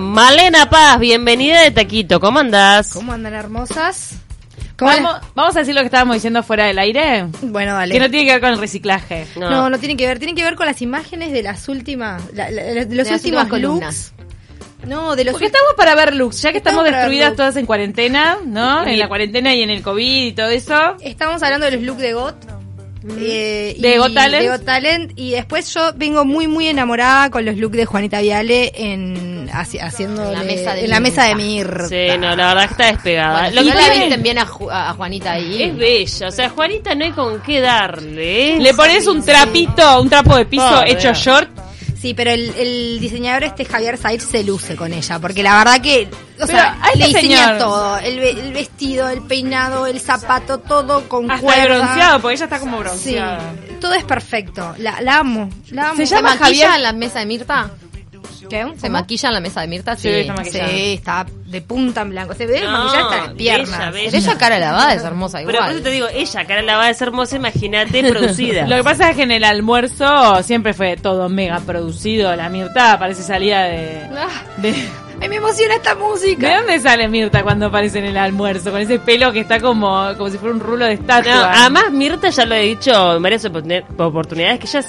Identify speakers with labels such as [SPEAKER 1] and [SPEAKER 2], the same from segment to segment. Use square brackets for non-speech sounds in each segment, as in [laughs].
[SPEAKER 1] Malena Paz, bienvenida de Taquito, ¿cómo andás?
[SPEAKER 2] ¿Cómo andan hermosas? ¿Cómo
[SPEAKER 3] Vamos, vamos a decir lo que estábamos diciendo fuera del aire.
[SPEAKER 2] les- Bueno, dale.
[SPEAKER 3] Que no tiene que ver con el reciclaje.
[SPEAKER 2] no. no, tiene que ver. Tiene que ver con las imágenes de las últimas. la- la- la- de los
[SPEAKER 4] De las
[SPEAKER 2] últimos
[SPEAKER 4] últimas columnas.
[SPEAKER 2] looks. No, de los
[SPEAKER 3] Porque estamos para ver looks, ya que
[SPEAKER 2] Estamos
[SPEAKER 3] estamos
[SPEAKER 2] para ver
[SPEAKER 3] destruidas
[SPEAKER 2] looks.
[SPEAKER 3] todas en cuarentena, ¿no? En la cuarentena y en el COVID y todo eso.
[SPEAKER 2] Estamos hablando de los looks de GOT. eh,
[SPEAKER 3] De
[SPEAKER 2] y-
[SPEAKER 3] Got Talent.
[SPEAKER 2] de Got Talent. Y después yo vengo muy, muy enamorada con los looks de Juanita Viale en, haci- haciéndole-
[SPEAKER 4] En la mesa de
[SPEAKER 2] en la mesa de Mirta.
[SPEAKER 1] Sí, no, la verdad que está despegada.
[SPEAKER 4] Bueno,
[SPEAKER 1] Lo
[SPEAKER 4] si
[SPEAKER 1] que
[SPEAKER 4] no la
[SPEAKER 1] tiene
[SPEAKER 4] visten bien a, Ju- a- a Juanita ahí.
[SPEAKER 1] es bella, o sea, Juanita no hay con qué darle. ¿eh?
[SPEAKER 3] Le pones un trapito, un trapo de piso
[SPEAKER 1] Pobre.
[SPEAKER 3] hecho short.
[SPEAKER 2] Sí, pero el, el diseñador este Javier Said se luce con ella, porque la verdad que, o
[SPEAKER 3] Pero
[SPEAKER 2] sea,
[SPEAKER 3] a este
[SPEAKER 2] le diseña
[SPEAKER 3] señor-
[SPEAKER 2] todo, el, ve- el vestido, el peinado, el zapato, todo con
[SPEAKER 3] Hasta
[SPEAKER 2] cuerda.
[SPEAKER 3] bronceado, porque ella está como
[SPEAKER 2] Sí,
[SPEAKER 3] bronceada.
[SPEAKER 2] todo es perfecto. La, la amo, la amo.
[SPEAKER 3] Se
[SPEAKER 4] ¿Se
[SPEAKER 3] llama
[SPEAKER 4] maquilla
[SPEAKER 3] Javier-
[SPEAKER 4] en la mesa de Mirta?
[SPEAKER 2] ¿Qué?
[SPEAKER 4] ¿Se
[SPEAKER 2] ¿Cómo?
[SPEAKER 4] maquilla en la mesa de Mirta?
[SPEAKER 3] Sí,
[SPEAKER 4] Sí,
[SPEAKER 3] está maquillada.
[SPEAKER 2] Sí, está de punta en blanco. Se ve
[SPEAKER 1] No,
[SPEAKER 2] maquillada hasta las piernas.
[SPEAKER 1] bella, bella.
[SPEAKER 4] Pero ella cara lavada es hermosa
[SPEAKER 1] Pero por
[SPEAKER 4] igual.
[SPEAKER 1] eso te digo, ella, cara la va a ser hermosa, imagínate,
[SPEAKER 3] [laughs]
[SPEAKER 1] producida.
[SPEAKER 3] Lo que pasa es que en el almuerzo siempre fue todo mega producido. La Mirta parece salida de.
[SPEAKER 2] Ah,
[SPEAKER 3] de-
[SPEAKER 2] ay, me emociona esta música.
[SPEAKER 3] ¿De dónde sale Mirta cuando aparece en el almuerzo? Con ese pelo que está como, como si fuera un rulo de
[SPEAKER 1] No,
[SPEAKER 3] estatua.
[SPEAKER 1] además Mirta ya lo he dicho en varias oportuni- oportunidades que ella se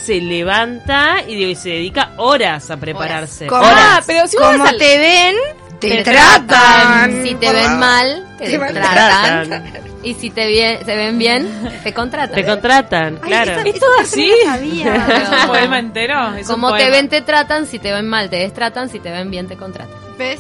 [SPEAKER 1] levanta y de- se dedica horas a prepararse.
[SPEAKER 2] Como,
[SPEAKER 3] Ah, pero si vos
[SPEAKER 2] como
[SPEAKER 3] vas al-
[SPEAKER 2] te ven, te,
[SPEAKER 4] Te
[SPEAKER 2] tratan.
[SPEAKER 4] tratan. Si te ven mal, te,
[SPEAKER 2] Te
[SPEAKER 4] tratan.
[SPEAKER 1] maltratan.
[SPEAKER 4] Y si te, bien, te ven bien, te contratan.
[SPEAKER 1] Te contratan,
[SPEAKER 2] Ay,
[SPEAKER 1] claro.
[SPEAKER 2] esa-
[SPEAKER 3] ¿Es todo
[SPEAKER 2] esa
[SPEAKER 3] así?
[SPEAKER 2] frase no la
[SPEAKER 3] [laughs]
[SPEAKER 4] [laughs]
[SPEAKER 2] sabía.
[SPEAKER 3] Es un poema entero. es un
[SPEAKER 4] Como te
[SPEAKER 3] poema.
[SPEAKER 4] ven, te tratan. Si te ven mal, te destratan. Si te ven bien, te contratan.
[SPEAKER 2] ¿Ves?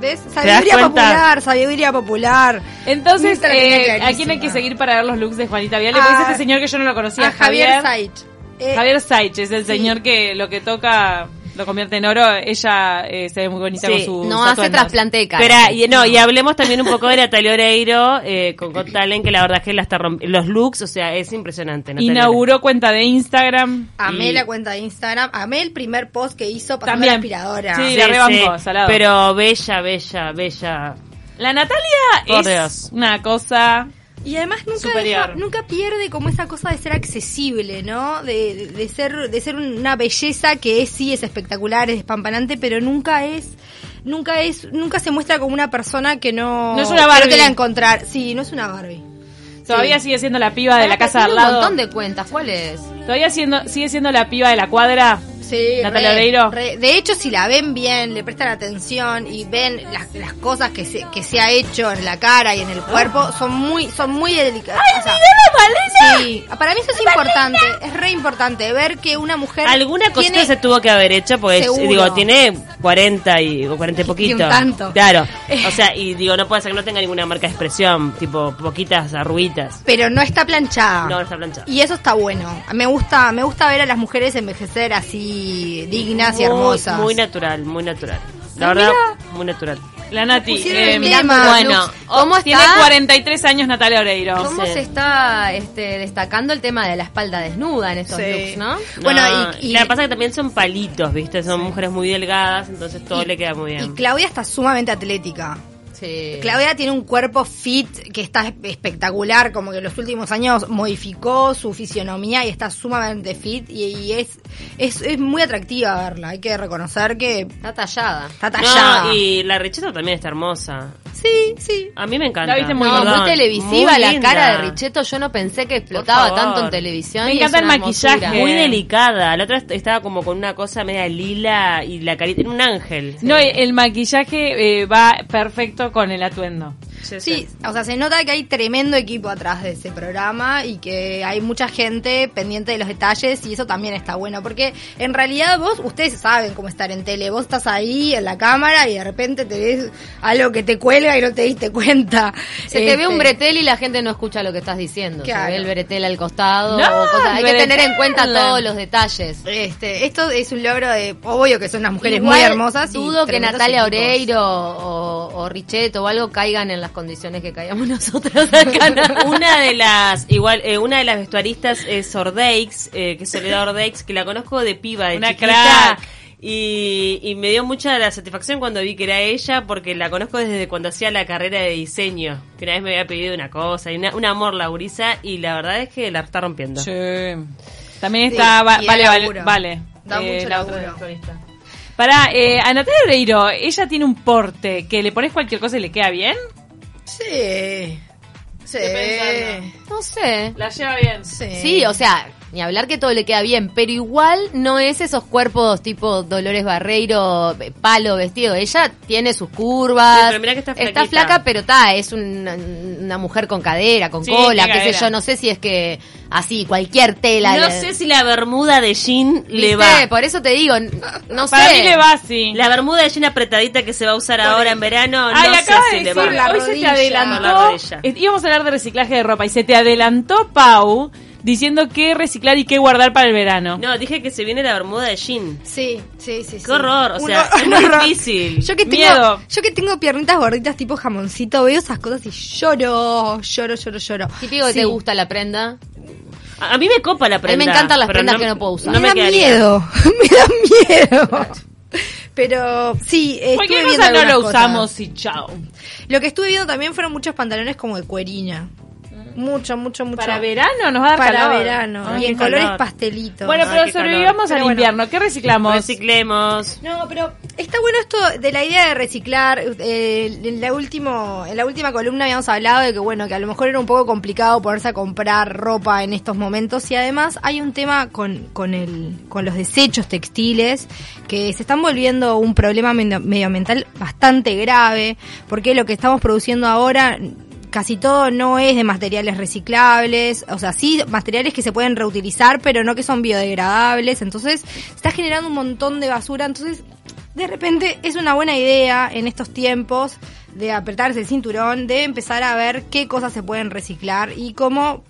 [SPEAKER 2] ¿Ves?
[SPEAKER 1] das
[SPEAKER 2] Sabiduría
[SPEAKER 1] cuenta?
[SPEAKER 2] popular, sabiduría popular.
[SPEAKER 3] Entonces,
[SPEAKER 2] Mirta la tenía
[SPEAKER 3] eh, ¿a
[SPEAKER 2] clarísima.
[SPEAKER 3] quién hay que seguir para ver los looks de Juanita Viale?
[SPEAKER 2] A-
[SPEAKER 4] Ah,
[SPEAKER 3] Porque es este señor que yo no lo conocía,
[SPEAKER 2] a Javier
[SPEAKER 3] Javier
[SPEAKER 2] Sait. Eh,
[SPEAKER 3] Javier Saich es el señor que lo que toca lo convierte en oro. Ella eh, se ve muy bonita
[SPEAKER 1] Sí,
[SPEAKER 3] con su
[SPEAKER 4] No hace
[SPEAKER 3] atuendos.
[SPEAKER 4] trasplante de cara.
[SPEAKER 1] Espera, y, no, y hablemos también un poco de Natalia Oreiro eh, con Got Talent, que la verdad es que la está romp- los looks, o sea, es impresionante. Natalia.
[SPEAKER 3] Inauguró cuenta de Instagram.
[SPEAKER 2] Amé
[SPEAKER 1] y-
[SPEAKER 2] la cuenta de Instagram, amé el primer post que hizo pasando
[SPEAKER 3] También.
[SPEAKER 2] la aspiradora.
[SPEAKER 3] Sí. la rebancó, salado.
[SPEAKER 1] Pero bella, bella, bella.
[SPEAKER 3] La Natalia
[SPEAKER 1] Por
[SPEAKER 3] es
[SPEAKER 1] Dios.
[SPEAKER 3] una cosa.
[SPEAKER 2] Y además nunca,
[SPEAKER 3] Superior.
[SPEAKER 2] deja- nunca pierde como esa cosa de ser accesible, ¿no? De, de- de ser de ser una belleza que es, sí es espectacular, es despampanante, pero nunca es nunca es nunca se muestra como una persona que no
[SPEAKER 3] No es una
[SPEAKER 2] que
[SPEAKER 3] Barbie.
[SPEAKER 2] te la encontrar. Sí, no es una Barbie.
[SPEAKER 3] Todavía sigue siendo la piba de la
[SPEAKER 4] Pará,
[SPEAKER 3] casa
[SPEAKER 4] que
[SPEAKER 3] de
[SPEAKER 4] tiene
[SPEAKER 3] al lado.
[SPEAKER 4] un montón de cuentas. ¿Cuál es?
[SPEAKER 3] Todavía siendo, sigue siendo la piba de la cuadra.
[SPEAKER 2] Sí,
[SPEAKER 3] Natalia
[SPEAKER 2] re,
[SPEAKER 3] Oreiro.
[SPEAKER 2] re. De hecho, si la ven bien, le prestan atención y ven las, las cosas que se, que se ha hecho en la cara y en el cuerpo, son muy, son muy delicadas. O sea, Sí, para mí eso es importante, es re importante ver que una mujer
[SPEAKER 1] Alguna cosita
[SPEAKER 2] tiene-
[SPEAKER 1] se tuvo que haber hecho, pues
[SPEAKER 2] Seguro.
[SPEAKER 1] digo, tiene 40 y o 40 y poquito.
[SPEAKER 2] un tanto.
[SPEAKER 1] Claro. O sea, y digo, no puede ser que no tenga ninguna marca de expresión, tipo poquitas arruguitas.
[SPEAKER 2] pero no está planchada.
[SPEAKER 1] No, no está planchada.
[SPEAKER 2] Y eso está bueno. Me gusta, me gusta ver a las mujeres envejecer así dignas y
[SPEAKER 1] Muy-
[SPEAKER 2] hermosas.
[SPEAKER 1] Muy natural, muy natural. La verdad, muy natural.
[SPEAKER 3] La Nati.
[SPEAKER 2] Pusieron el
[SPEAKER 3] eh,
[SPEAKER 2] tema de los
[SPEAKER 4] bueno,
[SPEAKER 2] looks.
[SPEAKER 4] ¿cómo está?
[SPEAKER 3] tiene 43 años Natalia Oreiro.
[SPEAKER 4] ¿Cómo
[SPEAKER 1] Sí.
[SPEAKER 4] se está este, destacando el tema de la espalda desnuda en estos
[SPEAKER 2] Sí.
[SPEAKER 4] looks, no?
[SPEAKER 2] Bueno,
[SPEAKER 1] No,
[SPEAKER 2] y- y-
[SPEAKER 1] la pasa que también son palitos, ¿viste? Son mujeres muy delgadas, entonces todo le queda muy
[SPEAKER 2] Y
[SPEAKER 1] bien.
[SPEAKER 2] Claudia está sumamente atlética.
[SPEAKER 4] Sí.
[SPEAKER 2] Eh, Claudia tiene un cuerpo fit que está espectacular, como que en los últimos años modificó su fisionomía y está sumamente fit y, y es, es, es muy atractiva verla, hay que reconocer que
[SPEAKER 4] Está tallada.
[SPEAKER 2] está tallada.
[SPEAKER 1] No, y la Richetta también está hermosa.
[SPEAKER 2] Sí, sí.
[SPEAKER 1] A mí me encanta.
[SPEAKER 3] La viste muy
[SPEAKER 4] No,
[SPEAKER 1] Perdón,
[SPEAKER 4] muy televisiva
[SPEAKER 1] muy
[SPEAKER 4] la
[SPEAKER 1] linda.
[SPEAKER 4] cara de Richetto. Yo no pensé que explotaba
[SPEAKER 1] favor.
[SPEAKER 4] tanto en televisión.
[SPEAKER 3] Me
[SPEAKER 4] y
[SPEAKER 3] encanta
[SPEAKER 4] es una
[SPEAKER 3] el maquillaje.
[SPEAKER 4] hermosura.
[SPEAKER 1] Muy delicada. La otra est- estaba como con una cosa media lila y la carita. Era un ángel.
[SPEAKER 3] No, el maquillaje eh, va perfecto con el atuendo.
[SPEAKER 2] Sí, o sea, se nota que hay tremendo equipo atrás de ese programa y que hay mucha gente pendiente de los detalles y eso también está bueno, porque en realidad vos, ustedes saben cómo estar en tele, vos estás ahí en la cámara y de repente te ves algo que te cuelga y no te diste cuenta.
[SPEAKER 4] Se te
[SPEAKER 2] Este,
[SPEAKER 4] ve un bretel y la gente no escucha lo que estás diciendo.
[SPEAKER 2] Claro.
[SPEAKER 4] Se ve el bretel al costado.
[SPEAKER 3] No,
[SPEAKER 4] o cosas- Hay que
[SPEAKER 3] bretel.
[SPEAKER 4] tener en cuenta todos los detalles.
[SPEAKER 2] Este, esto es un logro de, obvio que son unas mujeres
[SPEAKER 4] Igual
[SPEAKER 2] muy hermosas. y
[SPEAKER 4] Dudo que
[SPEAKER 2] tremendos
[SPEAKER 4] Natalia
[SPEAKER 2] equipos.
[SPEAKER 4] Oreiro o, o Richetto o algo caigan en las condiciones que caíamos [laughs] nosotros acá. ¿no?
[SPEAKER 1] una de las igual eh, una de las vestuaristas es Ordeix eh, que es Soledad Ordeix que la conozco de piba de
[SPEAKER 3] Una
[SPEAKER 1] chiquita
[SPEAKER 3] crack.
[SPEAKER 1] y, y me dio mucha la satisfacción cuando vi que era ella porque la conozco desde cuando hacía la carrera de diseño que una vez me había pedido una cosa y una- un amor la gurisa y la verdad es que la está rompiendo
[SPEAKER 3] También está
[SPEAKER 2] Sí,
[SPEAKER 3] Va-
[SPEAKER 2] y da
[SPEAKER 3] Vale, vale,
[SPEAKER 2] laburo.
[SPEAKER 3] vale. Eh,
[SPEAKER 2] Da mucho
[SPEAKER 3] la otra
[SPEAKER 2] laburo.
[SPEAKER 3] vestuarista. Para eh, a Natalia Oreiro, ella tiene un porte que le pones cualquier cosa y le queda bien.
[SPEAKER 2] Sí. Sí.
[SPEAKER 3] pensando.
[SPEAKER 4] No sé.
[SPEAKER 3] La lleva bien.
[SPEAKER 2] Sí.
[SPEAKER 4] Sí, o sea, ni hablar que todo le queda bien, pero igual no es esos cuerpos tipo Dolores Barreiro, eh, palo vestido. Ella tiene sus curvas.
[SPEAKER 1] Sí, pero mirá que está flaquita.
[SPEAKER 4] flaca, pero está, es una, una mujer con cadera, con
[SPEAKER 3] Sí,
[SPEAKER 4] cola, qué
[SPEAKER 3] tiene
[SPEAKER 4] sé
[SPEAKER 3] cadera.
[SPEAKER 4] yo. No sé si es que así, cualquier tela.
[SPEAKER 1] No
[SPEAKER 4] le-
[SPEAKER 1] sé si la bermuda de jean le
[SPEAKER 4] ¿Viste?
[SPEAKER 1] va.
[SPEAKER 4] Por eso te digo, n- no sé.
[SPEAKER 3] Para mí le va así.
[SPEAKER 1] La bermuda de jean apretadita que se va a usar ahora en verano,
[SPEAKER 3] Ay,
[SPEAKER 1] no sé
[SPEAKER 3] acaba
[SPEAKER 1] si
[SPEAKER 3] de
[SPEAKER 1] le
[SPEAKER 3] decir,
[SPEAKER 1] va.
[SPEAKER 2] la
[SPEAKER 3] hoy se te
[SPEAKER 2] rodilla.
[SPEAKER 1] La
[SPEAKER 3] adelantó.
[SPEAKER 1] rodilla.
[SPEAKER 3] Eh, Íbamos a hablar de reciclaje de ropa y se te adelantó Pau diciendo qué reciclar y qué guardar para el verano.
[SPEAKER 1] No, dije que se viene la bermuda de jean.
[SPEAKER 2] Sí, sí, sí. sí.
[SPEAKER 1] Qué horror, o
[SPEAKER 2] Un [laughs]
[SPEAKER 1] sea,
[SPEAKER 2] hor-
[SPEAKER 1] es
[SPEAKER 2] un
[SPEAKER 1] muy
[SPEAKER 2] horror.
[SPEAKER 1] difícil.
[SPEAKER 2] Yo que, tengo,
[SPEAKER 3] Miedo.
[SPEAKER 2] yo que tengo piernitas gorditas tipo jamoncito, veo esas cosas y lloro, lloro, lloro, lloro.
[SPEAKER 4] Típico que
[SPEAKER 2] Sí.
[SPEAKER 4] te gusta la prenda.
[SPEAKER 1] A, a mí me copa la prenda.
[SPEAKER 4] me encantan las
[SPEAKER 1] pero
[SPEAKER 4] prendas que no puedo usar.
[SPEAKER 1] No me,
[SPEAKER 2] me, da
[SPEAKER 1] quedaría.
[SPEAKER 2] miedo, [laughs] me da miedo. Pero sí, eh, estuve
[SPEAKER 3] Cualquier
[SPEAKER 2] viendo
[SPEAKER 3] cosa no
[SPEAKER 2] algunas
[SPEAKER 3] lo
[SPEAKER 2] cosas.
[SPEAKER 3] usamos y chao.
[SPEAKER 2] Lo que estuve viendo también fueron muchos pantalones como de cuerina. Mucho, mucho, mucho.
[SPEAKER 3] Para verano nos va a dar
[SPEAKER 2] Para
[SPEAKER 3] calor.
[SPEAKER 2] verano.
[SPEAKER 1] Ay,
[SPEAKER 2] y
[SPEAKER 1] qué
[SPEAKER 2] en colores
[SPEAKER 1] calor.
[SPEAKER 2] pastelitos.
[SPEAKER 3] Bueno,
[SPEAKER 1] Ay,
[SPEAKER 3] pero
[SPEAKER 1] qué
[SPEAKER 3] sobrevivamos
[SPEAKER 2] calor. Pero
[SPEAKER 3] al
[SPEAKER 2] bueno.
[SPEAKER 3] invierno. ¿Qué reciclamos?
[SPEAKER 1] Reciclemos.
[SPEAKER 2] No, pero está bueno esto de la idea de reciclar. Eh, en, la último, en la última columna habíamos hablado de que, bueno, que a lo mejor era un poco complicado ponerse a comprar ropa en estos momentos. Y además hay un tema con, con, el, con los desechos textiles que se están volviendo un problema medio- medioambiental bastante grave. Porque lo que estamos produciendo ahora casi todo no es de materiales reciclables, o sea, sí, materiales que se pueden reutilizar, pero no que son biodegradables, entonces se está generando un montón de basura, entonces de repente es una buena idea en estos tiempos de apretarse el cinturón, de empezar a ver qué cosas se pueden reciclar y cómo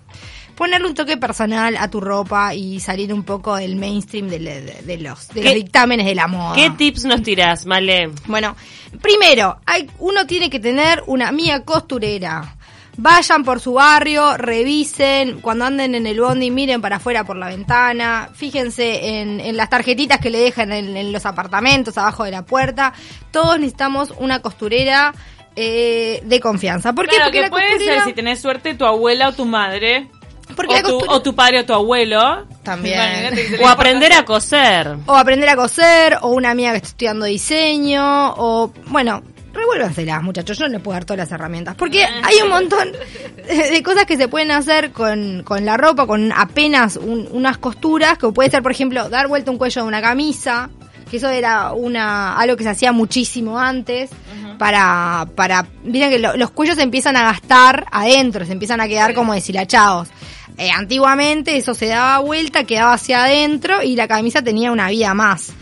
[SPEAKER 2] ponerle un toque personal a tu ropa y salir un poco del mainstream de, le- de- de los, de los
[SPEAKER 1] ¿Qué-
[SPEAKER 2] dictámenes de la moda.
[SPEAKER 1] ¿Qué tips nos tirás, Male?
[SPEAKER 2] Bueno, primero, hay, uno tiene que tener una amiga costurera. Vayan por su barrio, revisen, cuando anden en el bondi miren para afuera por la ventana, fíjense en, en las tarjetitas que le dejan en, en los apartamentos, abajo de la puerta. Todos necesitamos una costurera eh, de confianza. ¿Por qué?
[SPEAKER 3] Claro,
[SPEAKER 2] Porque
[SPEAKER 3] que
[SPEAKER 2] la
[SPEAKER 3] puede
[SPEAKER 2] costurera-
[SPEAKER 3] ser, si tenés suerte, tu abuela o tu madre.
[SPEAKER 2] Porque
[SPEAKER 3] o,
[SPEAKER 2] la
[SPEAKER 3] tu,
[SPEAKER 2] costura-
[SPEAKER 3] o tu padre o tu abuelo.
[SPEAKER 2] También.
[SPEAKER 3] Imagínate que se le
[SPEAKER 1] O aprender a coser.
[SPEAKER 2] O aprender a coser, o una amiga que está estudiando diseño, o bueno, revuélvanselas, muchachos, yo no les puedo dar todas las herramientas, porque hay un montón [laughs] de cosas que se pueden hacer con, con la ropa, con apenas un- unas costuras, que puede ser, por ejemplo, dar vuelta un cuello de una camisa, que eso era una algo que se hacía muchísimo antes, para, para, miren que lo- los cuellos se empiezan a gastar adentro, se empiezan a quedar como deshilachados. Eh, antiguamente eso se daba vuelta, quedaba hacia adentro y la camisa tenía una vida más.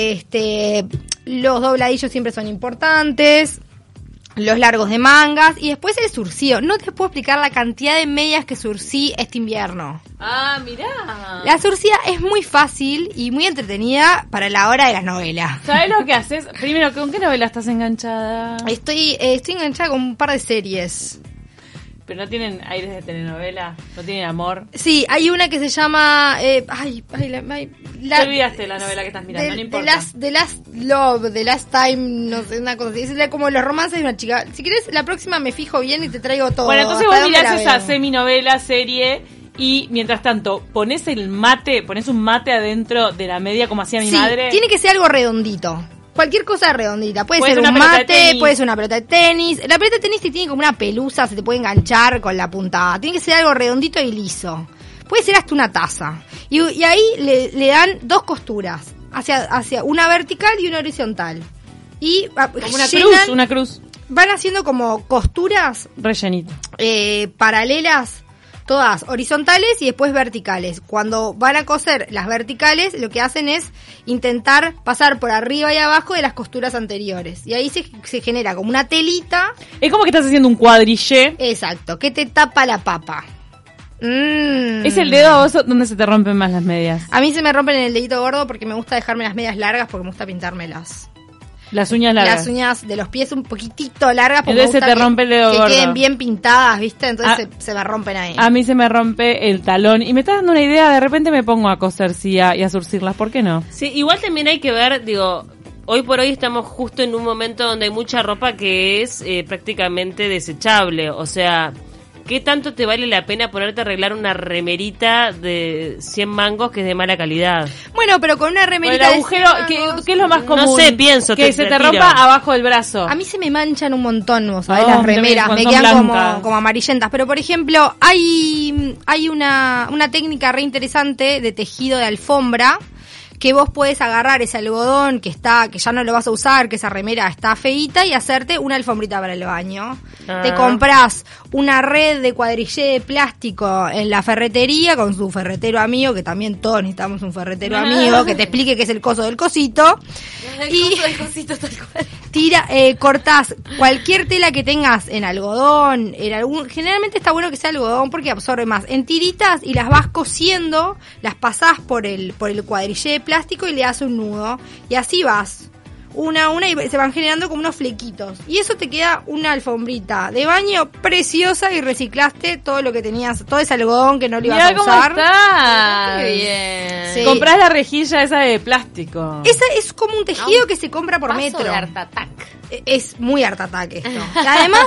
[SPEAKER 2] Este, los dobladillos siempre son importantes, los largos de mangas y después el surcido. No te puedo explicar la cantidad de medias que surcí este invierno.
[SPEAKER 3] Ah, mirá.
[SPEAKER 2] La surcida es muy fácil y muy entretenida para la hora de las novelas.
[SPEAKER 3] ¿Sabes lo que haces? Primero, ¿con qué novela estás enganchada?
[SPEAKER 2] Estoy, eh, estoy enganchada con un par de series.
[SPEAKER 3] Pero no tienen aires de telenovela, no tienen amor.
[SPEAKER 2] Sí, hay una que se llama. eh, ay, ay, la, ay, la-
[SPEAKER 3] Te olvidaste de la novela que estás mirando,
[SPEAKER 2] de-
[SPEAKER 3] no importa.
[SPEAKER 2] de Last, de Last Love, The Last Time, no sé, una cosa así. Es la- como los romances de una chica. Si quieres, la próxima me fijo bien y te traigo todo.
[SPEAKER 3] Bueno, entonces
[SPEAKER 2] ¿Hasta
[SPEAKER 3] vos
[SPEAKER 2] dónde la
[SPEAKER 3] mirás esa
[SPEAKER 2] veo?
[SPEAKER 3] seminovela, serie, y mientras tanto, pones el mate, pones un mate adentro de la media como hacía mi
[SPEAKER 2] Sí,
[SPEAKER 3] madre.
[SPEAKER 2] tiene que ser algo redondito. Cualquier cosa redondita. Puede,
[SPEAKER 3] Puede
[SPEAKER 2] ser
[SPEAKER 3] ser
[SPEAKER 2] un
[SPEAKER 3] una pelota de
[SPEAKER 2] mate,
[SPEAKER 3] tenis.
[SPEAKER 2] puede ser una pelota de tenis. La pelota de tenis te tiene como una pelusa, se te puede enganchar con la puntada. Tiene que ser algo redondito y liso. Puede ser hasta una taza. Y, y ahí le, le dan dos costuras. Hacia, hacia una vertical y una horizontal. Y ah,
[SPEAKER 3] como una
[SPEAKER 2] llenan-
[SPEAKER 3] cruz, una cruz.
[SPEAKER 2] van haciendo como costuras
[SPEAKER 3] Rellenito.
[SPEAKER 2] eh, paralelas, todas horizontales y después verticales. Cuando van a coser las verticales, lo que hacen es intentar pasar por arriba y abajo de las costuras anteriores. Y ahí se, se genera como una telita,
[SPEAKER 3] Es como que estás haciendo un cuadrillé.
[SPEAKER 2] exacto, que te tapa la papa. Mm.
[SPEAKER 3] Es el dedo a vos donde se te rompen más las medias.
[SPEAKER 2] A mí se me rompen el dedito gordo porque me gusta dejarme las medias largas porque me gusta pintármelas.
[SPEAKER 3] Las uñas largas.
[SPEAKER 2] Las uñas de los pies un poquitito largas porque
[SPEAKER 3] Entonces
[SPEAKER 2] me gusta
[SPEAKER 3] se te
[SPEAKER 2] que-
[SPEAKER 3] rompe el dedo
[SPEAKER 2] que
[SPEAKER 3] gordo.
[SPEAKER 2] queden bien pintadas, ¿viste? Entonces
[SPEAKER 3] Ah.
[SPEAKER 2] se, se me rompen ahí.
[SPEAKER 3] A mí se me rompe el talón. Y me está dando una idea, de repente me pongo a coser sí, a- y a surcirlas. ¿Por qué no?
[SPEAKER 1] Sí, igual también hay que ver, digo, hoy por hoy estamos justo en un momento donde hay mucha ropa que es eh, prácticamente desechable, o sea, ¿Qué tanto te vale la pena ponerte a arreglar una remerita de 100 mangos que es de mala calidad?
[SPEAKER 2] Bueno, pero con una
[SPEAKER 3] Con el
[SPEAKER 2] remerita de
[SPEAKER 3] agujero,
[SPEAKER 2] cien
[SPEAKER 3] ¿qué,
[SPEAKER 2] mangos-
[SPEAKER 3] qué es lo más
[SPEAKER 1] No
[SPEAKER 3] común?
[SPEAKER 1] sé, pienso,
[SPEAKER 3] Que
[SPEAKER 1] te-
[SPEAKER 3] se
[SPEAKER 1] te
[SPEAKER 3] te
[SPEAKER 1] tiro.
[SPEAKER 3] rompa abajo del brazo.
[SPEAKER 2] A mí se me manchan un montón, vos sabés,
[SPEAKER 3] No,
[SPEAKER 2] las
[SPEAKER 3] también
[SPEAKER 2] remeras, me
[SPEAKER 3] cuando son
[SPEAKER 2] quedan como,
[SPEAKER 3] blancas.
[SPEAKER 2] como amarillentas. Pero, por ejemplo, hay, hay una, una técnica re interesante de tejido de alfombra que vos puedes agarrar ese algodón que está que ya no lo vas a usar, que esa remera está feita y hacerte una alfombrita para el baño.
[SPEAKER 1] Ah.
[SPEAKER 2] Te compras una red de cuadrillé de plástico en la ferretería con su ferretero amigo, que también todos necesitamos un ferretero amigo que te explique qué es el coso del cosito. y tira, eh, cortás cualquier tela que tengas en algodón, en algún, generalmente está bueno que sea algodón porque absorbe más, en tiritas y las vas cosiendo, las pasás por el, por el cuadrillé de plástico y le das un nudo. Y así vas. Una a una y se van generando como unos flequitos. Y eso te queda una alfombrita de baño preciosa y reciclaste todo lo que tenías, todo ese algodón que no lo ibas
[SPEAKER 3] Mirá
[SPEAKER 2] a
[SPEAKER 3] cómo
[SPEAKER 2] usar.
[SPEAKER 3] estás.
[SPEAKER 4] Qué bien.
[SPEAKER 2] Sí.
[SPEAKER 3] Comprás la rejilla esa de plástico.
[SPEAKER 2] Esa es como un tejido que se compra por
[SPEAKER 4] Paso
[SPEAKER 2] metro.
[SPEAKER 4] de Art Attack.
[SPEAKER 2] es muy harta ataque esto. Y Además,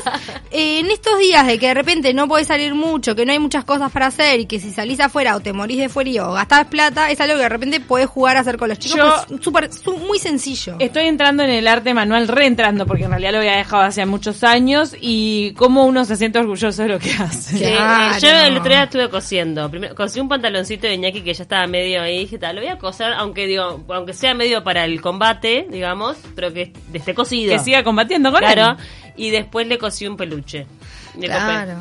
[SPEAKER 2] eh, en estos días de que de repente no podés salir mucho, que no hay muchas cosas para hacer y que si salís afuera o te morís de frío o gastás plata, es algo que de repente podés jugar a hacer con los chicos.
[SPEAKER 3] Yo-
[SPEAKER 2] porque es súper- su- muy sencillo.
[SPEAKER 3] Estoy entrando en el arte manual, reentrando, porque en realidad lo había dejado hace muchos años y cómo uno se siente orgulloso de lo que hace.
[SPEAKER 1] Sí, eh,
[SPEAKER 2] Claro.
[SPEAKER 1] yo el otro día estuve cosiendo. Primero, cosí un pantaloncito de ñaki que ya estaba medio ahí. Dije, "Ta, lo voy a coser, aunque digo, aunque sea medio para el combate, digamos, pero que esté cosido.
[SPEAKER 3] Que siga combatiendo con
[SPEAKER 1] claro.
[SPEAKER 3] él.
[SPEAKER 1] Y después le cosí un peluche. Le
[SPEAKER 2] claro.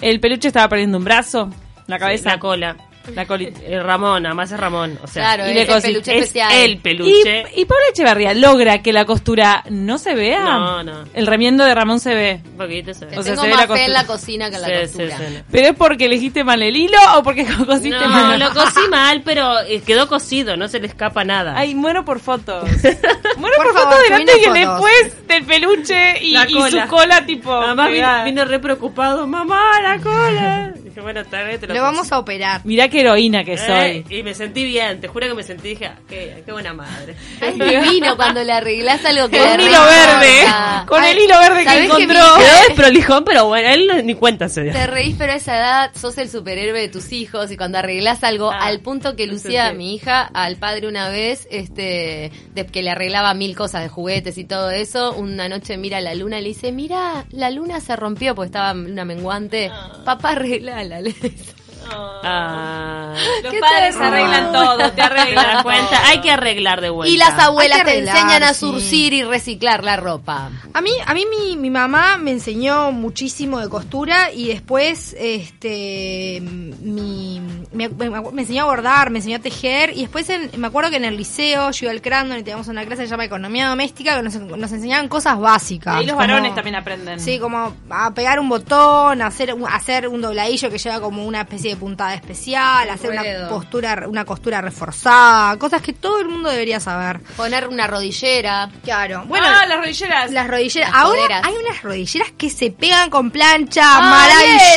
[SPEAKER 3] El peluche estaba perdiendo un brazo, la
[SPEAKER 1] copé
[SPEAKER 3] cabeza,
[SPEAKER 1] La cola.
[SPEAKER 3] la colita.
[SPEAKER 1] El Ramón, además es Ramón. O sea,
[SPEAKER 4] Claro,
[SPEAKER 1] y
[SPEAKER 4] es
[SPEAKER 1] le
[SPEAKER 4] el
[SPEAKER 1] cosí.
[SPEAKER 4] peluche
[SPEAKER 1] Es
[SPEAKER 4] especial.
[SPEAKER 1] el peluche.
[SPEAKER 3] Y, y Paula Echevarría logra que la costura no se vea.
[SPEAKER 1] No, no.
[SPEAKER 3] El remiendo de Ramón se ve.
[SPEAKER 1] Un poquito se ve.
[SPEAKER 3] O sea,
[SPEAKER 4] Tengo
[SPEAKER 3] se ve
[SPEAKER 4] más
[SPEAKER 3] la
[SPEAKER 4] fe en la
[SPEAKER 3] costura.
[SPEAKER 4] cocina que en la
[SPEAKER 1] Se- se-
[SPEAKER 4] costura.
[SPEAKER 1] se-
[SPEAKER 3] ¿Pero es porque elegiste mal el hilo o porque [laughs] cosiste
[SPEAKER 1] No,
[SPEAKER 3] mal?
[SPEAKER 1] lo cosí mal, pero eh, quedó cosido, no se le escapa nada.
[SPEAKER 3] Ay, muero
[SPEAKER 1] [laughs]
[SPEAKER 3] por fotos. Muero
[SPEAKER 2] Por
[SPEAKER 3] por,
[SPEAKER 2] favor,
[SPEAKER 3] fotos delante y
[SPEAKER 2] subí las fotos.
[SPEAKER 3] después del peluche y,
[SPEAKER 1] La
[SPEAKER 3] y su
[SPEAKER 1] cola.
[SPEAKER 3] cola, tipo.
[SPEAKER 1] Mamá vino,
[SPEAKER 3] pegada.
[SPEAKER 1] vino re preocupado, mamá, la cola. Dije, bueno, tal vez te lo
[SPEAKER 2] Lo vamos a operar.
[SPEAKER 3] Mirá qué heroína que
[SPEAKER 1] Eh,
[SPEAKER 3] soy.
[SPEAKER 1] Y me sentí bien, te juro que me sentí, dije, ah, qué, qué buena madre.
[SPEAKER 4] Es divino cuando le arreglás algo que
[SPEAKER 3] Con
[SPEAKER 4] le
[SPEAKER 3] un hilo verde.
[SPEAKER 4] recorta.
[SPEAKER 3] Con
[SPEAKER 2] Ay,
[SPEAKER 3] el hilo verde que
[SPEAKER 4] ¿sabés qué
[SPEAKER 3] encontró.
[SPEAKER 4] me-
[SPEAKER 1] Quedó desprolijón, pero bueno, él no- ni cuenta se dio.
[SPEAKER 4] Te reís, pero a esa edad sos el superhéroe de tus hijos y cuando arreglás algo,
[SPEAKER 1] Ah,
[SPEAKER 4] al punto que
[SPEAKER 1] sí,
[SPEAKER 4] lucía
[SPEAKER 1] sí.
[SPEAKER 4] mi hija al padre una vez, este, de que le arreglaba mil cosas de juguetes y todo eso, una noche mira la luna y le dice, mira, la luna se rompió porque estaba luna menguante,
[SPEAKER 3] Ah.
[SPEAKER 4] papá arreglala. le dice.
[SPEAKER 1] Ah.
[SPEAKER 3] Los
[SPEAKER 4] Qué
[SPEAKER 3] padres
[SPEAKER 4] ternura.
[SPEAKER 3] arreglan todo, te
[SPEAKER 1] Te
[SPEAKER 3] arreglan
[SPEAKER 1] das cuenta, hay que arreglar de vuelta.
[SPEAKER 4] [laughs]
[SPEAKER 1] Ah,
[SPEAKER 4] Y las abuelas
[SPEAKER 2] Hay que
[SPEAKER 4] te
[SPEAKER 2] arreglar,
[SPEAKER 4] enseñan a
[SPEAKER 2] sí.
[SPEAKER 4] surcir y reciclar la ropa.
[SPEAKER 2] A mí, a mí mi, mi mamá me enseñó muchísimo de costura y después este mi, me, me- me enseñó a bordar, me enseñó a tejer y después en- me acuerdo que en el liceo yo iba al Crandon y teníamos una clase que se llama Economía Doméstica que nos, nos enseñaban cosas básicas.
[SPEAKER 3] Y Ah, los
[SPEAKER 2] como-
[SPEAKER 3] varones también aprenden.
[SPEAKER 2] Sí, como a pegar un botón, hacer un, hacer un dobladillo que lleva como una especie de puntada especial, hacer una
[SPEAKER 4] Ruedo.
[SPEAKER 2] postura, una costura reforzada, cosas que todo el mundo debería saber.
[SPEAKER 4] Poner una rodillera.
[SPEAKER 2] Claro. Bueno,
[SPEAKER 3] Bueno, ah, las rodilleras.
[SPEAKER 2] las rodilleras.
[SPEAKER 4] Las
[SPEAKER 2] Ahora
[SPEAKER 4] coderas.
[SPEAKER 2] hay unas rodilleras que se pegan con plancha,
[SPEAKER 4] Ay, esas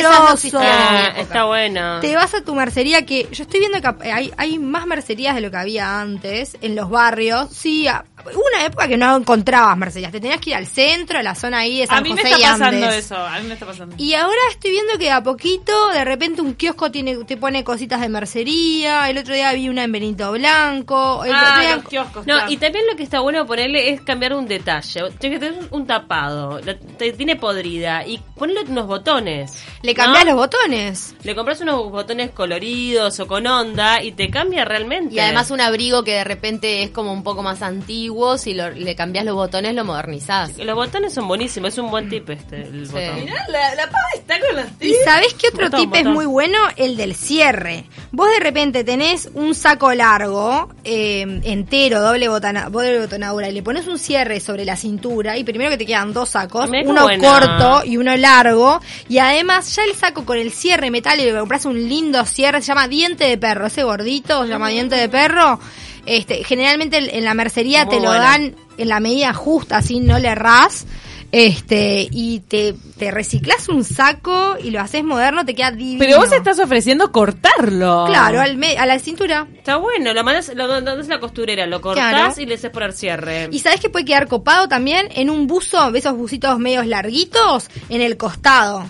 [SPEAKER 4] no
[SPEAKER 2] maravilloso.
[SPEAKER 4] existían en mi
[SPEAKER 1] Ah,
[SPEAKER 4] época.
[SPEAKER 1] está bueno.
[SPEAKER 2] Te vas a tu mercería que yo estoy viendo que ap- hay, hay más mercerías de lo que había antes en los barrios. Sí, a- hubo una época que no encontrabas mercerías, te tenías que ir al centro, a la zona ahí de San
[SPEAKER 3] a mí
[SPEAKER 2] José
[SPEAKER 3] me está
[SPEAKER 2] y
[SPEAKER 3] pasando
[SPEAKER 2] Andes.
[SPEAKER 3] eso. A mí me está pasando.
[SPEAKER 2] Y ahora estoy viendo que de a poquito, de repente un kiosco tiene te pone cositas de mercería, el otro día vi una en Benito Blanco, el otro
[SPEAKER 3] ah,
[SPEAKER 2] día-
[SPEAKER 3] los kioscos.
[SPEAKER 1] No,
[SPEAKER 3] claro.
[SPEAKER 1] y también lo que está bueno ponerle es cambiar un detalle. Tiene que tener un tapado, la- te- tiene podrida y ponerle unos botones.
[SPEAKER 2] le cambiás
[SPEAKER 1] ¿no?
[SPEAKER 2] los botones.
[SPEAKER 1] Le compras unos botones coloridos o con onda y te cambia realmente.
[SPEAKER 4] Y además un abrigo que de repente es como un poco más antiguo, si lo- le cambias los botones lo modernizás.
[SPEAKER 1] Los botones son buenísimos, es un buen tip este, el botón.
[SPEAKER 4] Mirá,
[SPEAKER 3] La, la pava está con las
[SPEAKER 2] ¿Y sabés qué otro
[SPEAKER 1] Botón,
[SPEAKER 2] tip es
[SPEAKER 1] botón.
[SPEAKER 2] muy bueno? El del cierre. Vos de repente tenés un saco largo, eh, entero, doble, botana, doble botonadura, y le pones un cierre sobre la cintura, y primero que te quedan dos sacos,
[SPEAKER 1] Mirá qué
[SPEAKER 2] uno
[SPEAKER 1] buena.
[SPEAKER 2] corto y uno largo, y además ya el saco con el cierre metálico, le compras un lindo cierre, se llama diente de perro, ese gordito se llama diente de perro. Este, generalmente en en la mercería
[SPEAKER 1] Muy
[SPEAKER 2] te lo
[SPEAKER 1] bueno.
[SPEAKER 2] dan en la medida justa, así no le errás. Este, y te, te reciclas un saco y lo haces moderno, te queda divino.
[SPEAKER 3] Pero vos estás ofreciendo cortarlo.
[SPEAKER 2] Claro, al me- a la cintura.
[SPEAKER 1] Está bueno, lo mandas, lo mandas a la costurera, lo cortás
[SPEAKER 2] Claro.
[SPEAKER 1] y le haces poner cierre.
[SPEAKER 2] Y sabés que puede quedar copado también en un buzo, esos bucitos medios larguitos, en el costado.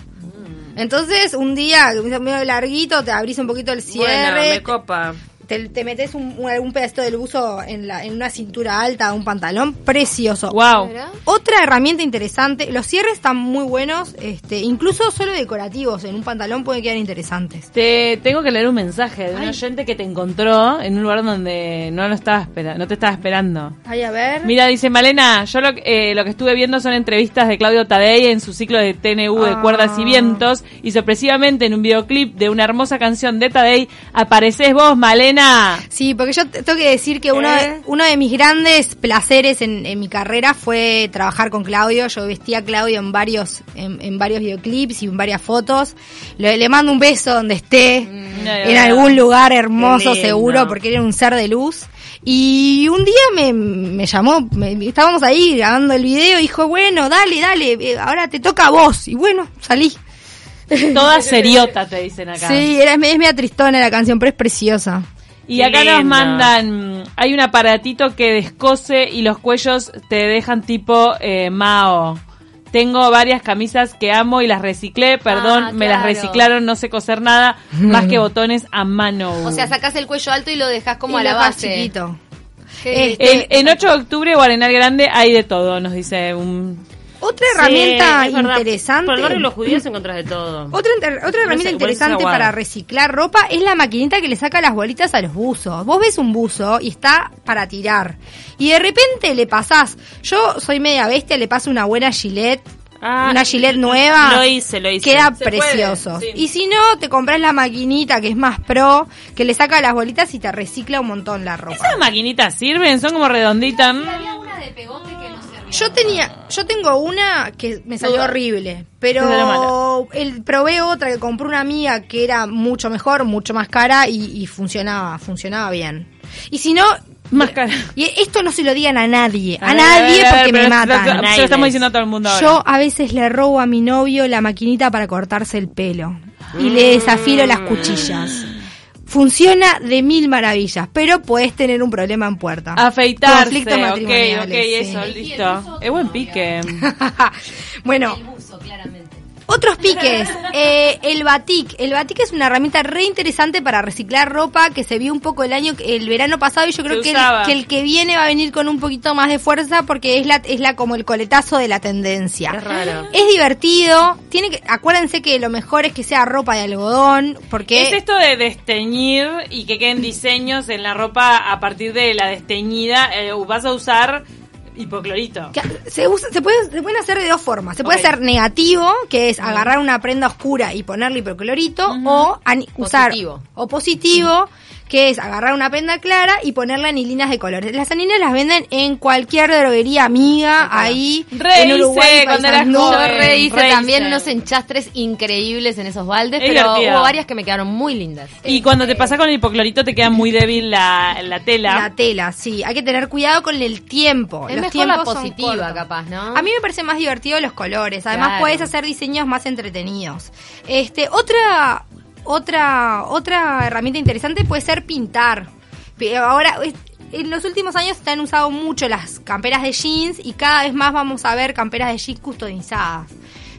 [SPEAKER 2] Entonces, un día, medio larguito, te abrís un poquito el cierre.
[SPEAKER 1] Bueno, me copa.
[SPEAKER 2] te, te metes un, un- algún pedacito del buzo en, la, en una cintura alta, un pantalón precioso.
[SPEAKER 3] Wow.
[SPEAKER 4] ¿Verdad?
[SPEAKER 2] Otra herramienta interesante, los cierres están muy buenos, este, incluso solo decorativos en un pantalón pueden quedar interesantes.
[SPEAKER 3] Te tengo que leer un mensaje de un
[SPEAKER 2] Ay.
[SPEAKER 3] oyente que te encontró en un lugar donde no lo estaba espera- no te estaba esperando.
[SPEAKER 2] Ay, a ver.
[SPEAKER 3] Mira, dice Malena, yo lo, eh, lo que estuve viendo son entrevistas de Claudio Tadei en su ciclo de TNU de
[SPEAKER 2] Ah.
[SPEAKER 3] Cuerdas y Vientos y sorpresivamente en un videoclip de una hermosa canción de Tadei apareces
[SPEAKER 2] [laughs]
[SPEAKER 3] vos, Malena.
[SPEAKER 2] Sí, porque yo te- tengo que decir que uno,
[SPEAKER 1] ¿Eh?
[SPEAKER 2] de, uno de mis grandes placeres en, en mi carrera fue trabajar con Claudio. Yo vestía a Claudio en varios, en, en varios videoclips y en varias fotos. Le, le mando un beso donde esté.
[SPEAKER 1] Mm.
[SPEAKER 2] en algún lugar hermoso
[SPEAKER 1] Qué lindo.
[SPEAKER 2] seguro porque era un ser de luz y un día me, me llamó me- estábamos ahí grabando el video y dijo bueno dale dale eh, ahora te toca a vos y bueno salí
[SPEAKER 3] Toda seriota te dicen acá.
[SPEAKER 2] sí era, es media tristona la canción pero es preciosa
[SPEAKER 3] Y
[SPEAKER 1] Qué
[SPEAKER 3] acá nos
[SPEAKER 1] lindo.
[SPEAKER 3] mandan, mm, hay un aparatito que descose y los cuellos te dejan tipo eh, Mao. Tengo varias camisas que amo y las reciclé, perdón,
[SPEAKER 4] Ah,
[SPEAKER 3] me las
[SPEAKER 4] claro.
[SPEAKER 3] reciclaron, no sé coser nada, más que botones a mano.
[SPEAKER 4] O sea, sacás el cuello alto Mm. y lo Eh, dejás como
[SPEAKER 2] Y
[SPEAKER 4] a la
[SPEAKER 2] lo más
[SPEAKER 4] base.
[SPEAKER 2] chiquito
[SPEAKER 4] Qué
[SPEAKER 2] Este,
[SPEAKER 3] en, en 8 de octubre o Arenal Grande hay de todo, nos dice un...
[SPEAKER 2] otra
[SPEAKER 1] Sí,
[SPEAKER 2] herramienta
[SPEAKER 1] es verdad.
[SPEAKER 2] interesante
[SPEAKER 1] Por el barrio de los judíos encontrás de todo.
[SPEAKER 2] Otra, inter- otra herramienta
[SPEAKER 1] sé, parece
[SPEAKER 2] interesante
[SPEAKER 1] aguada.
[SPEAKER 2] para reciclar ropa es la maquinita que le saca las bolitas a los buzos. Vos ves un buzo y está para tirar. Y de repente le pasás. Yo soy media bestia, le paso una buena gilet.
[SPEAKER 1] Ah,
[SPEAKER 2] una gilet nueva.
[SPEAKER 1] lo hice, lo hice.
[SPEAKER 2] Queda
[SPEAKER 1] Se puede,
[SPEAKER 2] precioso.
[SPEAKER 1] sí.
[SPEAKER 2] Y si no, te compras la maquinita que es más pro, que le saca las bolitas y te recicla un montón la ropa.
[SPEAKER 3] ¿Esas maquinitas sirven? Son como redonditas. mm.
[SPEAKER 4] una de pegote que no servía.
[SPEAKER 2] Yo tenía, yo tengo una que me salió
[SPEAKER 3] No.
[SPEAKER 2] horrible,
[SPEAKER 3] Esa era
[SPEAKER 2] pero el, probé otra que compró una amiga que era mucho mejor, mucho más cara y, y funcionaba, funcionaba bien. Y si no,
[SPEAKER 3] Más cara.
[SPEAKER 2] y esto no se lo digan a nadie, a,
[SPEAKER 3] ver,
[SPEAKER 2] nadie
[SPEAKER 3] ver, a ver,
[SPEAKER 2] porque
[SPEAKER 3] pero
[SPEAKER 2] me
[SPEAKER 3] esto- esto-
[SPEAKER 2] matan.
[SPEAKER 1] Nadie
[SPEAKER 3] Se lo estamos
[SPEAKER 1] les-
[SPEAKER 3] diciendo a todo el mundo ahora.
[SPEAKER 2] Yo a veces le robo a mi novio la maquinita para cortarse el pelo y le
[SPEAKER 3] Mm.
[SPEAKER 2] desafilo las cuchillas. Funciona de mil maravillas, pero puedes tener un problema en puerta.
[SPEAKER 3] Afeitarse,
[SPEAKER 2] Conflictos
[SPEAKER 3] ok, ok,
[SPEAKER 2] matrimoniales, sí.
[SPEAKER 3] eso, listo. Es buen pique.
[SPEAKER 2] [laughs] bueno,
[SPEAKER 4] Buzo, claramente.
[SPEAKER 2] otros piques. Eh, el batik. El batik es una herramienta re interesante para reciclar ropa que se vio un poco el año, el verano pasado y yo creo
[SPEAKER 3] Se
[SPEAKER 2] que el,
[SPEAKER 3] usaba.
[SPEAKER 2] que el que viene va a venir con un poquito más de fuerza porque es la, es la como el coletazo de la tendencia.
[SPEAKER 1] Es raro.
[SPEAKER 2] Es divertido, tiene que, acuérdense que lo mejor es que sea ropa de algodón, porque
[SPEAKER 3] Es esto de desteñir y que queden diseños en la ropa a partir de la desteñida. eh, vas a usar hipoclorito.
[SPEAKER 2] Que Se, usa- se, puede, se pueden hacer de dos formas. Se puede
[SPEAKER 3] Ok.
[SPEAKER 2] hacer negativo, que es agarrar una prenda oscura y ponerle hipoclorito, o ani- usar.
[SPEAKER 4] Positivo.
[SPEAKER 2] O positivo, que es agarrar una prenda clara y ponerle anilinas de colores. Las anilinas las venden en cualquier droguería amiga, ahí. en
[SPEAKER 3] Rehice
[SPEAKER 2] Uruguay,
[SPEAKER 3] cuando eras
[SPEAKER 2] Paisandú.
[SPEAKER 4] Yo
[SPEAKER 3] joven.
[SPEAKER 4] rehice
[SPEAKER 3] rehice.
[SPEAKER 4] también unos enchastres increíbles en esos baldes,
[SPEAKER 3] Es
[SPEAKER 4] pero
[SPEAKER 3] divertido.
[SPEAKER 4] hubo varias que me quedaron muy lindas.
[SPEAKER 3] Y cuando te pasa con el hipoclorito te queda muy débil la, la tela.
[SPEAKER 2] La tela, sí. Hay que tener cuidado con el tiempo.
[SPEAKER 4] Es
[SPEAKER 2] los
[SPEAKER 4] mejor la
[SPEAKER 2] tiempos son
[SPEAKER 4] positiva,
[SPEAKER 2] cortos.
[SPEAKER 4] capaz, ¿no?
[SPEAKER 2] A mí me parece más divertido los colores. Además,
[SPEAKER 4] Claro.
[SPEAKER 2] puedes hacer diseños más entretenidos. Este, otra, otra, otra herramienta interesante puede ser pintar. Pe- Ahora, es- en los últimos años se han usado mucho las camperas de jeans y cada vez más vamos a ver camperas de jeans customizadas.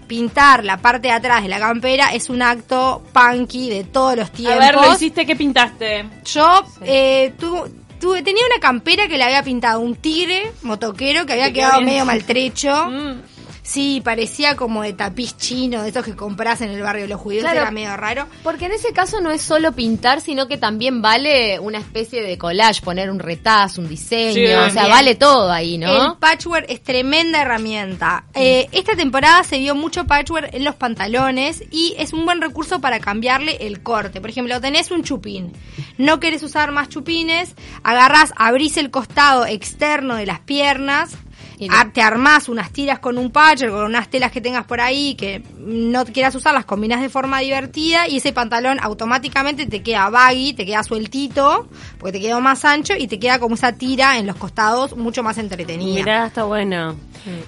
[SPEAKER 2] Pintar la parte de atrás de la campera es un acto punky de todos los
[SPEAKER 3] a
[SPEAKER 2] tiempos.
[SPEAKER 3] ver, lo hiciste, ¿qué pintaste?
[SPEAKER 2] Yo eh, tu- tuve- tenía una campera que le había pintado un tigre motoquero que había
[SPEAKER 3] Te quedó
[SPEAKER 2] quedado
[SPEAKER 3] bien.
[SPEAKER 2] medio maltrecho.
[SPEAKER 3] [laughs] Mm.
[SPEAKER 2] Sí, parecía como de tapiz chino, de esos que compras en el barrio de los judíos,
[SPEAKER 4] Claro.
[SPEAKER 2] era medio raro.
[SPEAKER 4] Porque en ese caso no es solo pintar, sino que también vale una especie de collage, poner un retazo, un diseño,
[SPEAKER 3] Sí,
[SPEAKER 4] o sea,
[SPEAKER 2] también.
[SPEAKER 4] vale todo ahí,
[SPEAKER 2] El
[SPEAKER 4] ¿no?
[SPEAKER 2] patchwork es tremenda herramienta. Eh, esta temporada se vio mucho patchwork en los pantalones y es un buen recurso para cambiarle el corte. Por ejemplo, tenés un chupín, no querés usar más chupines, agarrás, abrís el costado externo de las piernas.
[SPEAKER 4] Y
[SPEAKER 2] a- te armás unas tiras con un patchwork, con unas telas que tengas por ahí que no quieras usar, las combinás de forma divertida y ese pantalón automáticamente te queda baggy, te queda sueltito, porque te quedó más ancho y te queda como esa tira en los costados mucho más entretenida.
[SPEAKER 1] Mirá, está bueno.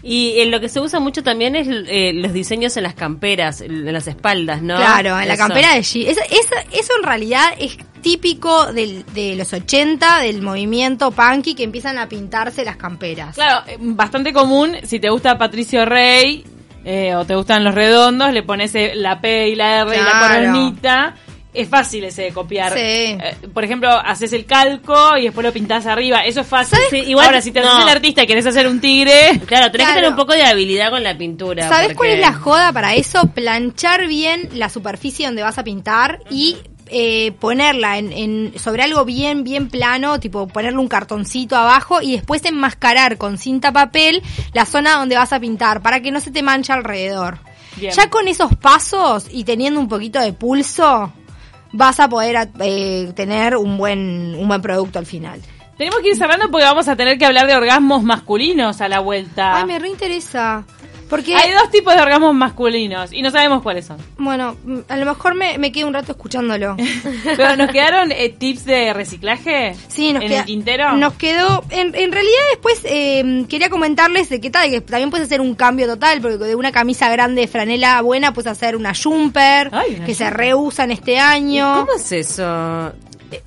[SPEAKER 1] Y en lo que se usa mucho también es eh, los diseños en las camperas, en las espaldas, ¿no?
[SPEAKER 2] Claro, en la
[SPEAKER 1] Eso.
[SPEAKER 2] campera de G. Eso, eso- eso en realidad es típico del- de los 80, del movimiento punky que empiezan a pintarse las camperas.
[SPEAKER 3] Claro, eh, bastante común si te gusta Patricio Rey. eh, o te gustan los redondos, le pones eh, la P y la R y la
[SPEAKER 2] Claro.
[SPEAKER 3] coronita. Es fácil ese de copiar.
[SPEAKER 2] Sí.
[SPEAKER 3] Eh, por ejemplo, haces el calco y después lo pintás arriba. Eso es fácil.
[SPEAKER 1] ¿Sabes?
[SPEAKER 3] Sí, igual,
[SPEAKER 1] Ahora,
[SPEAKER 3] si te
[SPEAKER 1] no.
[SPEAKER 3] haces el artista y querés hacer un tigre,
[SPEAKER 1] Claro, tenés que
[SPEAKER 2] Claro.
[SPEAKER 1] tener un poco de habilidad con la pintura. porque-
[SPEAKER 2] ¿Sabes cuál es la joda para eso? Planchar bien la superficie donde vas a pintar y eh, ponerla en, en- sobre algo bien, bien plano, tipo ponerle un cartoncito abajo y después enmascarar con cinta papel la zona donde vas a pintar para que no se te mancha alrededor.
[SPEAKER 3] Bien.
[SPEAKER 2] Ya con esos pasos y teniendo un poquito de pulso, vas a poder eh, tener un buen, un buen producto al final.
[SPEAKER 3] tenemos que ir cerrando porque vamos a tener que hablar de orgasmos masculinos a la vuelta.
[SPEAKER 2] Ay, me reinteresa. Porque
[SPEAKER 3] Ah. Hay dos tipos de orgasmos masculinos y no sabemos cuáles son.
[SPEAKER 2] Bueno, mm, a lo mejor me, me quedo un rato
[SPEAKER 3] [laughs]
[SPEAKER 2] escuchándolo.
[SPEAKER 3] Pero nos quedaron eh, tips de reciclaje
[SPEAKER 2] Sí, nos
[SPEAKER 3] en
[SPEAKER 2] queda-
[SPEAKER 3] el tintero.
[SPEAKER 2] Nos quedó. En, en realidad, después eh, quería comentarles de qué tal, que también puedes hacer un cambio total, porque de una camisa grande de franela buena puedes hacer una jumper,
[SPEAKER 3] Ay, una
[SPEAKER 2] que se
[SPEAKER 3] jumper.
[SPEAKER 2] reusan este
[SPEAKER 1] ¿Y
[SPEAKER 2] año.
[SPEAKER 1] ¿Cómo es eso? Eh,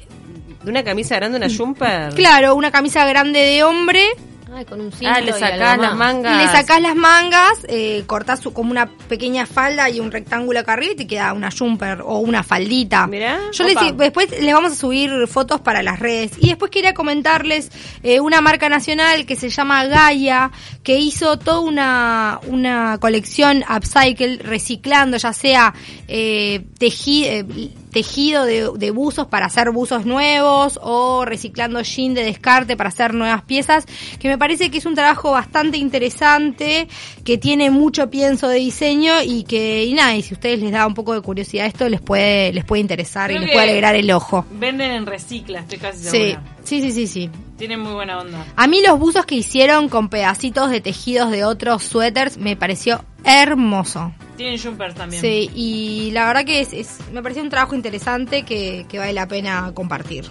[SPEAKER 1] ¿De una camisa grande,
[SPEAKER 2] Mm.
[SPEAKER 1] una jumper?
[SPEAKER 2] Claro, una camisa grande de hombre,
[SPEAKER 4] Ay, con un cinto
[SPEAKER 1] Ah, le
[SPEAKER 4] y algo
[SPEAKER 1] sacás las
[SPEAKER 4] más.
[SPEAKER 1] mangas.
[SPEAKER 2] le sacás las mangas, eh, cortás su- como una pequeña falda y un rectángulo acá arriba y te queda una jumper o una faldita.
[SPEAKER 1] Mirá.
[SPEAKER 2] Yo les-
[SPEAKER 3] Opa.
[SPEAKER 2] después les vamos a subir fotos para las redes. Y después quería comentarles eh, una marca nacional que se llama Gaia, que hizo toda una, una colección upcycle, reciclando ya sea eh, teji- eh, tejido de, de buzos para hacer buzos nuevos o reciclando jean de descarte para hacer nuevas piezas, que me parece que es un trabajo bastante interesante, que tiene mucho pienso de diseño y que, y nada, y si ustedes les da un poco de curiosidad esto, les puede, les puede interesar y
[SPEAKER 3] Creo
[SPEAKER 2] les
[SPEAKER 3] que-
[SPEAKER 2] puede alegrar el ojo.
[SPEAKER 3] Venden en recicla, estoy casi
[SPEAKER 2] Sí,
[SPEAKER 3] segura.
[SPEAKER 2] sí, sí, sí, sí.
[SPEAKER 3] Tienen muy buena onda.
[SPEAKER 2] A mí los buzos que hicieron con pedacitos de tejidos de otros suéteres me pareció hermoso.
[SPEAKER 3] Tienen jumpers también.
[SPEAKER 2] Sí, y la verdad que es, es- me pareció un trabajo interesante que, que vale la pena compartir.